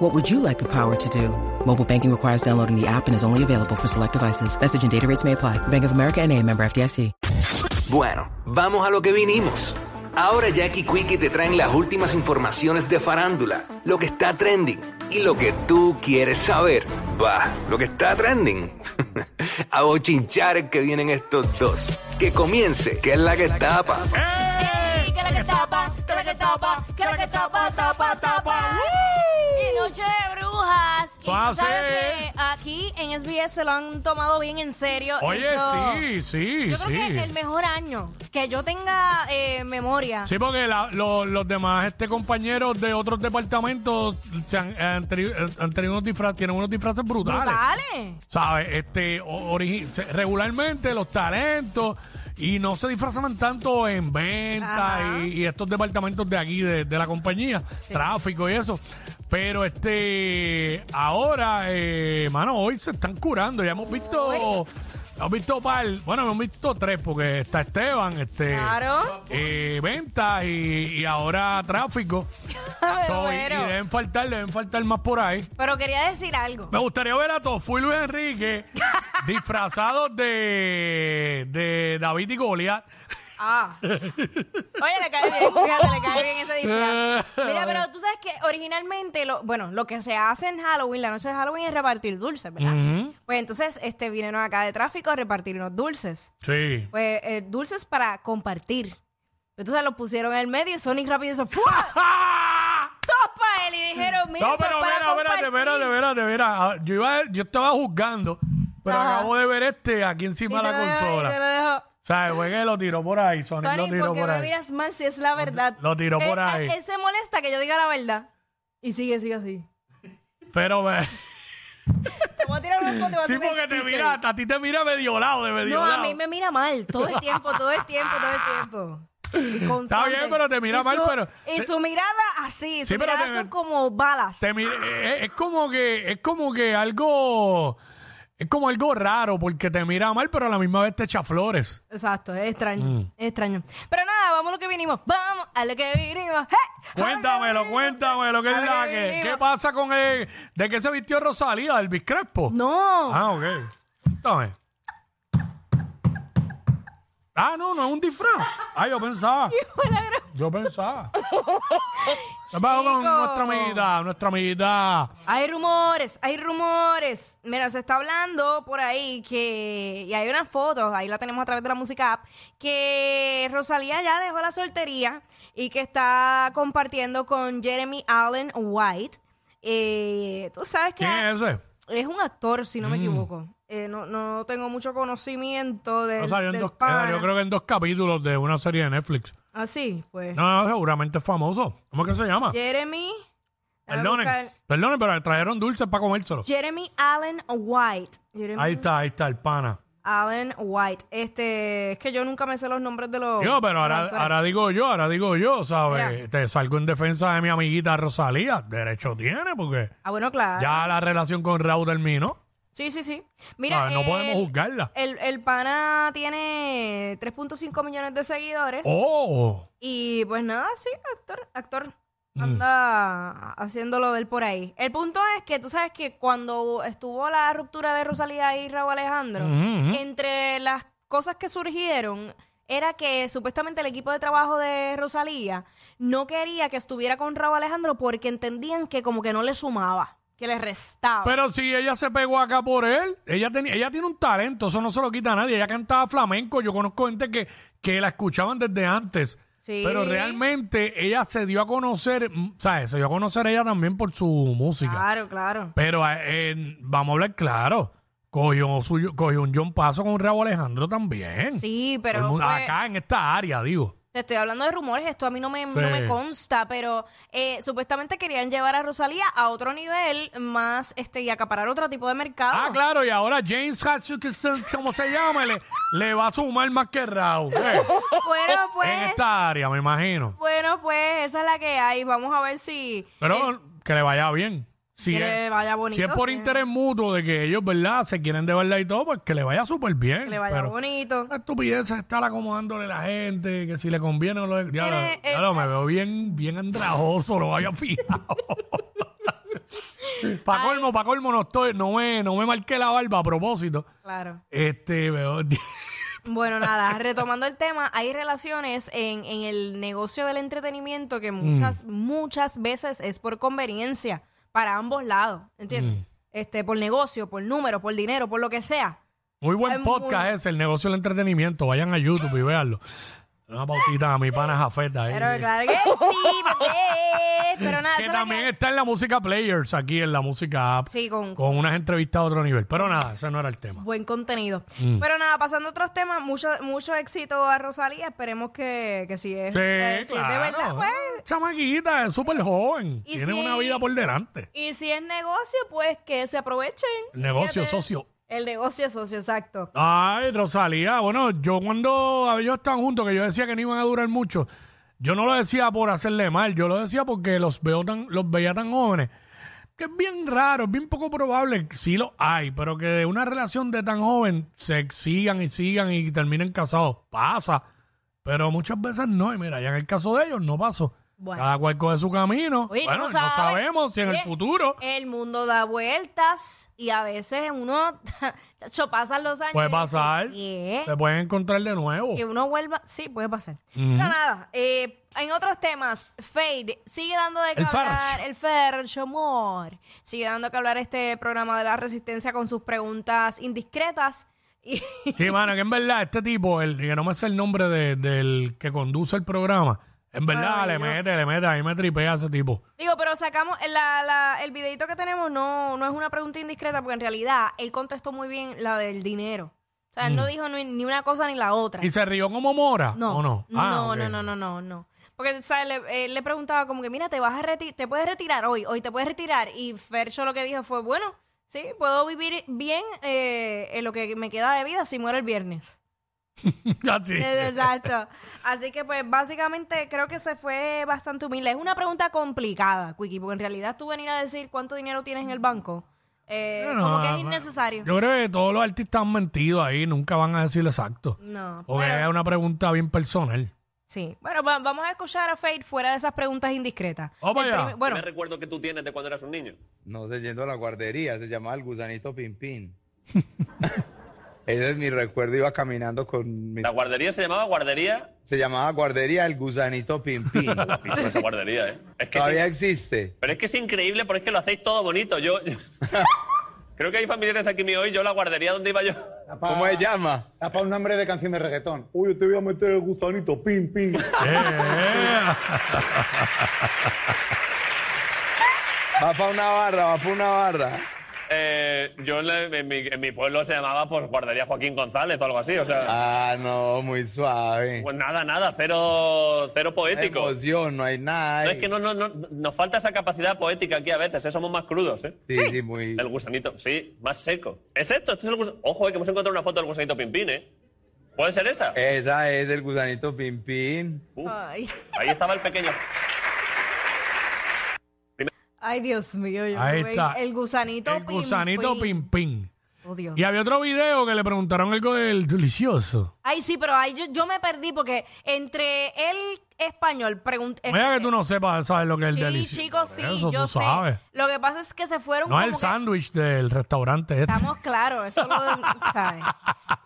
What would you like the power to do? Mobile banking requires downloading the app and is only available for select devices. Message and data rates may apply. Bank of America and a member FDIC. Bueno, vamos a lo que vinimos. Ahora Jackie Quickie te traen las últimas informaciones de farándula, lo que está trending y lo que tú quieres saber. Va, lo que está trending. a bochinchar que vienen estos dos. Que comience, que es la que tapa. que la que tapa, que la que tapa, que la que tapa, tapa, tapa. Y noche de brujas. Y tú Fácil. sabes que aquí en SBS se lo han tomado bien en serio. Oye, Esto- sí, sí, Yo creo que es el sí. mejor año que yo tenga eh, memoria. Sí, porque la- lo- los demás este compañeros de otros departamentos se han, eh, han tenido, han tenido unos disfraces, tienen unos disfraces brutales. Dale. ¿Sabes? Este, o- origi- se- regularmente los talentos y no se disfrazaban tanto en Ajá. venta y, y estos departamentos de aquí, de, de la compañía, tráfico y eso. Pero este, ahora, eh, mano, hoy se están curando. Ya hemos visto, hemos visto par, bueno, hemos visto tres porque está Esteban, este, Claro. eh, venta y, y ahora tráfico. Me So, y- y, muero. deben faltar, deben faltar más por ahí. Pero quería decir algo. Me gustaría ver a Tofu y Luis Enrique disfrazados de, de David y Goliat. Ah. Oye, le cae bien, fíjate, le cae bien ese disfraz. Mira, pero tú sabes que originalmente, lo, bueno, lo que se hace en Halloween, la noche de Halloween, es repartir dulces, ¿verdad? Pues entonces, este, vinieron acá de tráfico a repartir unos dulces. Sí. Pues eh, dulces para compartir. Entonces los pusieron en el medio y Sonic rápido hizo ¡fua! ¡Ah! ¡Topa él! Y dijeron, mira, No, eso es pero para mira, compartir. espérate, espérate, espérate, espérate. Ah, Yo, iba, yo estaba juzgando, pero Ajá. acabo de ver este aquí Y encima de te la lo dejo, y te lo consola. dejo. ¿Sabes? Fue que lo tiró por ahí, Sonic, lo Sonic, tiró porque por no ahí. digas mal si es la verdad. lo tiró por Él- ahí. Él, él se molesta que yo diga la verdad. Y sigue, sigue así. Pero me- Te voy a tirar una foto y voy a sí, hacer un porque te sticker. mira, a ti te mira medio lado, de medio No, a lado. mí me mira mal. Todo el tiempo, todo el tiempo, todo el tiempo. Está bien, pero te mira Y mal, su- pero- Y te- su mirada así. Su Sí, pero mirada te- son como balas. Te mi- eh, eh, es como que es como que algo es como algo raro porque te mira mal pero a la misma vez te echa flores Exacto, es extraño, es extraño. Pero nada, vamos a lo que vinimos, vamos a lo que vinimos. ¡Hey! cuéntamelo cuéntamelo que es A lo la que que vinimos. qué pasa con el de qué se vistió Rosalía del Biscrespo No, ah ok Cuéntame. ah no no es un disfraz ah yo pensaba yo pensaba Nos vamos con Chico. nuestra amiguita nuestra amiguita hay rumores, hay rumores. Mira, se está hablando por ahí que, y hay unas fotos, ahí la tenemos a través de la música app, que Rosalía ya dejó la soltería y que está compartiendo con Jeremy Allen White. Eh, Tú sabes que... quién es Mm. ese Es un actor, si no me equivoco. Eh, no, no tengo mucho conocimiento de. No salió en del dos- eh, pana. yo creo que en dos capítulos de una serie de Netflix. Ah, sí, pues. No, no, seguramente es famoso. ¿Cómo es que se llama? Jeremy. déjame Perdonen, buscar. perdonen, pero trajeron dulces para comérselos. Jeremy Allen White. Jeremy Ahí está, ahí está el pana. Allen White. Este, es que yo nunca me sé los nombres de los. Yo, pero de ahora, los actores. ahora digo yo, ahora digo yo, Oh, Mira. ¿sabes? Te salgo en defensa de mi amiguita Rosalía. Derecho tiene, porque Ah, bueno, claro. ya la relación con Raúl terminó. Sí, sí, sí. Mira. Ah, no podemos el- juzgarla. El, el pana tiene 3.5 millones de seguidores. ¡Oh! Y pues nada, sí, actor, actor. Mm. Anda haciéndolo de él por ahí. El punto es que tú sabes que cuando estuvo la ruptura de Rosalía y Raúl Alejandro, Ujú. entre las cosas que surgieron era que supuestamente el equipo de trabajo de Rosalía no quería que estuviera con Raúl Alejandro porque entendían que como que no le sumaba, que le restaba. Pero si ella se pegó acá por él, ella, tenía, ella tiene un talento, eso no se lo quita a nadie. Ella cantaba flamenco, yo conozco gente que, que la escuchaban desde antes. Sí. Pero realmente ella se dio a conocer, mm, ¿sabes? Se dio a conocer ella también por su música. claro, claro. Pero eh, eh, vamos a hablar claro, cogió, su- cogió un John Paso con Raúl Alejandro también. Sí, Todo el pero mundo- fue- acá en esta área, digo. Te estoy hablando de rumores, esto a mí no me, no Sí. me consta, pero eh, supuestamente querían llevar a Rosalía a otro nivel más este y acaparar otro tipo de mercado. Ah, claro, y ahora James Hutchinson, como se llama, le, le va a sumar más que Raúl. eh, Bueno, En pues, esta área, me imagino. bueno, pues esa es la que hay. Vamos a ver si Pero que le vaya bien. Si Eh. Que le vaya bonito, si es por sí. interés mutuo de que ellos, ¿verdad?, se quieren de verdad y todo, pues que le vaya súper bien. le vaya pero bonito. Una estupidez estar acomodándole la gente, que si le conviene o no le... Ya, Mire, lo- ya eh, lo, me veo bien, bien andrajoso, no me había fijado. pa' colmo, pa' colmo, no estoy, no me, no me marqué la barba a propósito. Claro. Este, veo... Bueno, nada, retomando el tema, hay relaciones en, en el negocio del entretenimiento Mm. que muchas, muchas veces es por conveniencia para ambos lados, Mm. ¿entiendes? Este, por negocio, por número, por dinero, por lo que sea. Muy buen Ay, muy podcast bueno. ese, el negocio del entretenimiento. Vayan a YouTube y véanlo. Una pautita a mi pana Jafeta. ahí. Pero claro que sí, bebé. Pero nada, que eso es lo también que- está en la música Players, aquí en la música app, Sí, con, con unas entrevistas a otro nivel. Pero nada, ese no era el tema. buen contenido. Mm. Pero nada, pasando a otros temas, mucho, mucho éxito a Rosalía. Esperemos que, que si es, Sí, eh, si es de claro. verdad, pues. Chamaquita, es súper joven. Y Tiene si- una vida por delante. Y si es negocio, pues que se aprovechen. El negocio Fíjate. socio. El negocio es socio, exacto. Ay, Rosalía, bueno, yo cuando ellos estaban juntos, que yo decía que no iban a durar mucho, yo no lo decía por hacerle mal, yo lo decía porque los veo tan, los veía tan jóvenes, que es bien raro, es bien poco probable, sí lo hay, pero que de una relación de tan joven se sigan y sigan y terminen casados, pasa, pero muchas veces no, y mira, ya en el caso de ellos no pasó. Bueno. Cada cual coge su camino. Oye, bueno, tú no sabes. sabemos si en el Oye, futuro El mundo da vueltas y a veces uno, chacho, pasan los años. puede y dice, pasar, ¿qué? se pueden encontrar de nuevo. Que uno vuelva. Sí, puede pasar. Pero nada, eh, en otros temas, Fade sigue dando de que El hablar. Fercho. El Fercho, amor. Sigue dando que hablar este programa de la resistencia con sus preguntas indiscretas. Y Sí, mano, que en verdad este tipo, el que no me sé el nombre de- del que conduce el programa, en verdad Ay, le no. mete, le mete, a mí me tripea ese tipo. digo, pero sacamos eh, la- la- el videito que tenemos, no, no es una pregunta indiscreta, porque en realidad él contestó muy bien la del dinero. O sea, él no dijo ni, ni una cosa ni la otra. Mm. ¿Y se rió como mora? No, ¿o no? Ah, no, ok. no, no, no, no, no. Porque o sea, le, él le preguntaba como que, mira, te vas a reti- te puedes retirar hoy, hoy te puedes retirar. Y Fercho lo que dijo fue, bueno, sí, puedo vivir bien eh, en lo que me queda de vida si muero el viernes. Así. Exacto. Así que pues básicamente creo que se fue bastante humilde. Es una pregunta complicada, Quickie, porque en realidad tú venir a decir cuánto dinero tienes en el banco, eh, No, como que es no, innecesario. Yo creo que todos los artistas han mentido ahí, nunca van a decir exacto. no. Porque pero- es una pregunta bien personal. sí. Bueno, va- vamos a escuchar a Fade fuera de esas preguntas indiscretas. Vamos El allá. primer- bueno, ¿Qué recuerdo que tú tienes de cuando eras un niño? No sé, yendo a la guardería, se llamaba el gusanito Pimpín. Ese es mi recuerdo, iba caminando con mi... La guardería se llamaba guardería. Se llamaba guardería el gusanito Pimpín. Guapísima esa guardería, ¿eh? Es que Todavía es, existe. pero es que es increíble porque es que lo hacéis todo bonito. Yo, yo- creo que hay familiares aquí míos y yo la guardería donde iba yo. ¿Cómo se llama? Tapa un nombre de canción de reggaetón. Uy, yo te voy a meter el gusanito, pim, pim. Eh, Va para una barra, va para una barra. Eh, yo en, la- en mi, en mi pueblo se llamaba pues guardería Joaquín González o algo así. O sea, Ah, no, muy suave. pues nada, nada, cero, cero poético. Emoción, no hay nada. No, ahí. es que no, no, no, nos falta esa capacidad poética aquí a veces, ¿eh? somos más crudos, ¿eh? Sí, sí, muy... El gusanito, sí, más seco. ¿Es esto? ¿Esto es el gusanito? Ojo, eh, que hemos encontrado una foto del gusanito Pimpín, ¿eh? ¿Puede ser esa? Esa es el gusanito Pimpín. Uf, ay, ahí estaba el pequeño. ay, Dios mío. yo Ahí me- está. El gusanito el gusanito pim. pim pim. Oh, Dios. Y había otro video que le preguntaron algo del delicioso. Ay, sí, pero ahí yo, yo me perdí porque entre el español pregunté. Mira que tú no sepas, sabes lo que es el Sí, delicioso. chicos, sí, Eso yo tú sé. sabes. Lo que pasa es que se fueron No es como el que- sándwich del restaurante este. Estamos claros, eso lo ¿sabes?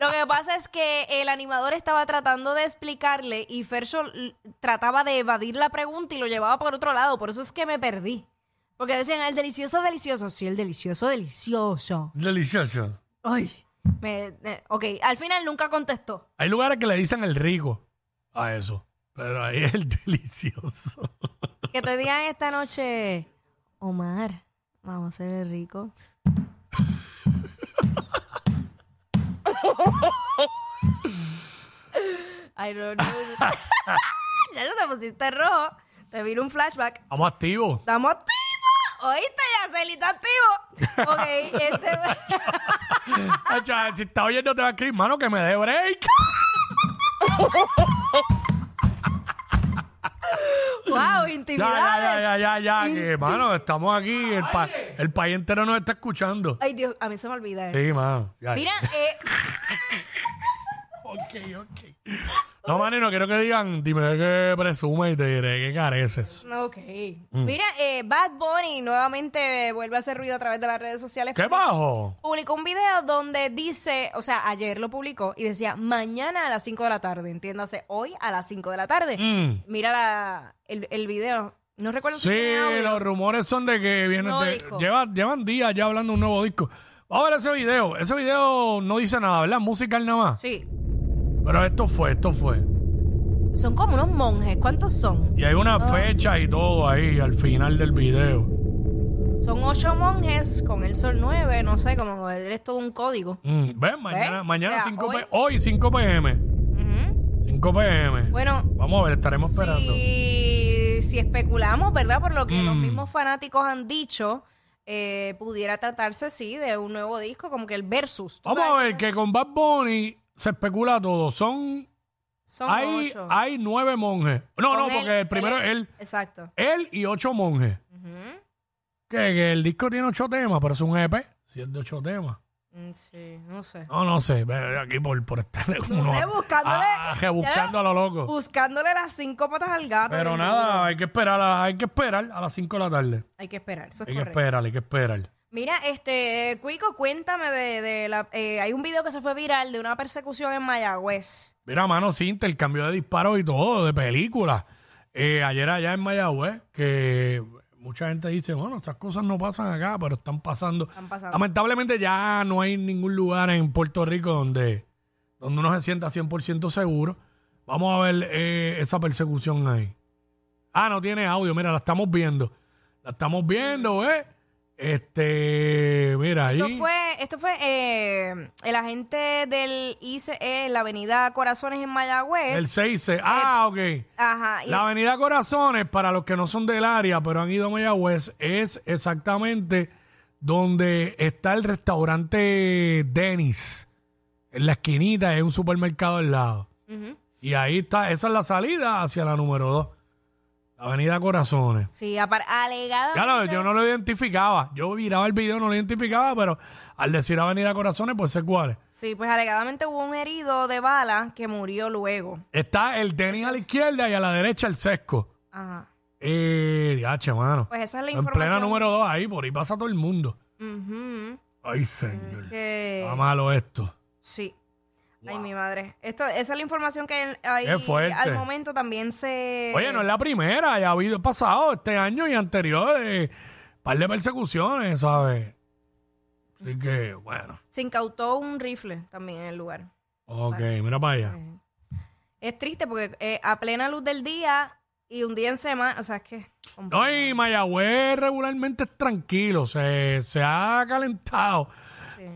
Lo que pasa es que el animador estaba tratando de explicarle y Fercho l- trataba de evadir la pregunta y lo llevaba por otro lado, por eso es que me perdí. Porque decían, el delicioso, delicioso. Sí, el delicioso, delicioso. Delicioso. Ay. Me, eh, ok, al final nunca contestó. Hay lugares que le dicen el rico a eso, pero ahí es el delicioso. Que te digan esta noche, Omar, vamos a ser el rico. Ay, no, no. ya no te pusiste rojo. Te vino un flashback. Vamos activos. Estamos activos. ¿Oíste, Yaceli? ¿Está activo? Ok, este... Hacha, si está oyendo te va a escribir, mano, que me dé break. wow, Ya, ya, ya, intimidades. ya, ya, ya, In- que, mano, estamos aquí, el, pa- el país entero nos está escuchando. Ay, Dios, a mí se me olvida. eh. Sí, mano. ya. Mira, eh, Ok, ok. No, mano, y no quiero que digan, dime de qué presume y te diré que careces. ok. Mm. Mira, eh, Bad Bunny nuevamente vuelve a hacer ruido a través de las redes sociales. ¿Qué bajo? Publicó un video donde dice, o sea, ayer lo publicó y decía, mañana a las 5 de la tarde, entiéndase, hoy a las 5 de la tarde. Mm. Mira la- el, el video. No recuerdo si Sí, tiene audio. los rumores son de que viene. Nuevo de- disco. lleva- llevan días ya hablando de un nuevo disco. Vamos a ver ese video. Ese video no dice nada, ¿verdad? Musical nada más. Sí. Pero esto fue, esto fue. Son como unos monjes. ¿Cuántos son? Y hay una fecha y todo ahí al final del video. Son ocho monjes con el sol 9, no sé, como él es todo un código. Mm, ¿Ves? Mañana, ¿Ves? mañana O sea, 5 hoy- p- hoy 5 pm. Ujú. 5 pm. Bueno, Vamos a ver, estaremos esperando. Si, si especulamos, ¿verdad? Por lo que los Mm. mismos fanáticos han dicho, eh, pudiera tratarse, sí, de un nuevo disco, como que el versus. ¿Tú Vamos a sabes? ver que con Bad Bunny se especula todo. Son. Son hay, ocho. hay nueve monjes. No, Con no, él, porque el primero es él. Exacto. Él y ocho monjes. Ujú. ¿Qué? Que el disco tiene ocho temas, pero es un EP. Si es de ocho temas. Mm, Sí, no sé. No, no sé. ve- Aquí por, por estar uno sé, a- buscándole- a- a- rebuscando a lo loco. Buscándole las cinco patas al gato. Pero del nada, duro. hay que esperar. a- hay que esperar a las 5 de la tarde. Hay que esperar, eso es Hay que correcto. esperar, hay que esperar. Mira, este, eh, Cuico, cuéntame de, de la... eh, hay un video que se fue viral de una persecución en Mayagüez. Mira, mano, sí, intercambio de disparos y todo, de películas. Eh, ayer allá en Mayagüez, que mucha gente dice, bueno, estas cosas no pasan acá, pero están pasando. Están pasando. Lamentablemente ya no hay ningún lugar en Puerto Rico donde, donde uno se sienta 100% seguro. Vamos a ver eh, esa persecución ahí. Ah, no tiene audio, mira, la estamos viendo. La estamos viendo, ¿eh? Este, mira, ahí. Esto fue, esto fue eh, el agente del ICE en la avenida Corazones en Mayagüez. El 6 Ah, ok. Ajá. y- La avenida Corazones, para los que no son del área, pero han ido a Mayagüez, es exactamente donde está el restaurante Denis. En la esquinita es un supermercado al lado. Ujú. Y ahí está, esa es la salida hacia la número 2. La avenida Corazones. Sí, apar- alegadamente. Ya lo- yo no lo identificaba. Yo miraba el video, no lo identificaba, pero al decir avenida Corazones, pues sé cuál es. Sí, pues alegadamente hubo un herido de bala que murió luego. Está el Denis a la izquierda y a la derecha el sesco. Ajá. Eh, diache, mano. Pues esa es la En plena información. número 2 ahí, por ahí pasa todo el mundo. Ujú. Ay, señor. Que- Está malo esto. Sí. Ay, mi madre. Esto, esa es la información que hay- hay Es fuerte. al momento también se... Oye, no es la primera, ya ha habido pasado este año y anterior eh, par de persecuciones, ¿sabes? Así que, bueno. Se incautó un rifle también en el lugar. Ok, mira para allá. Es triste porque eh, a plena luz del día y un día en semana, o sea, es que... No, y Mayagüez regularmente es tranquilo, se, se ha calentado.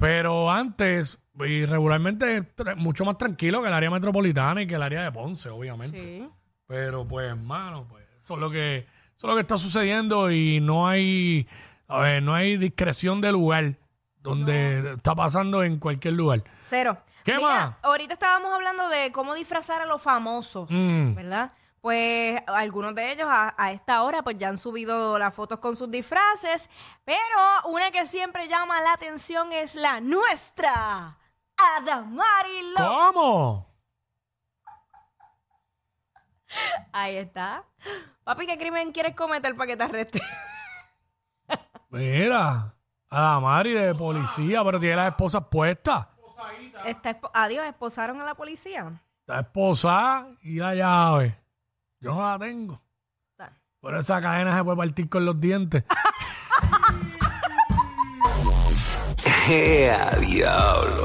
Pero antes, y regularmente es tra- mucho más tranquilo que el área metropolitana y que el área de Ponce, obviamente. Sí. Pero pues, hermano, pues, eso es lo que, eso es lo que está sucediendo y no hay, a ver, no hay discreción de lugar donde está pasando en cualquier lugar. Cero. ¿Qué Mira, más? Ahorita estábamos hablando de cómo disfrazar a los famosos, Mm. ¿verdad? Pues algunos de ellos a, a esta hora pues ya han subido las fotos con sus disfraces, pero una que siempre llama la atención es la nuestra, Adamari Lo- ¿Cómo? Ahí está. Papi, ¿qué crimen quieres cometer para que te arresten? Mira, Adamari de policía, pero tiene las esposas puestas. Está espo- Adiós, esposaron a la policía. Está esposada y la llave. Yo no la tengo. Está. Pero esa cadena se puede partir con los dientes. ¡Ea, Eh, diablo!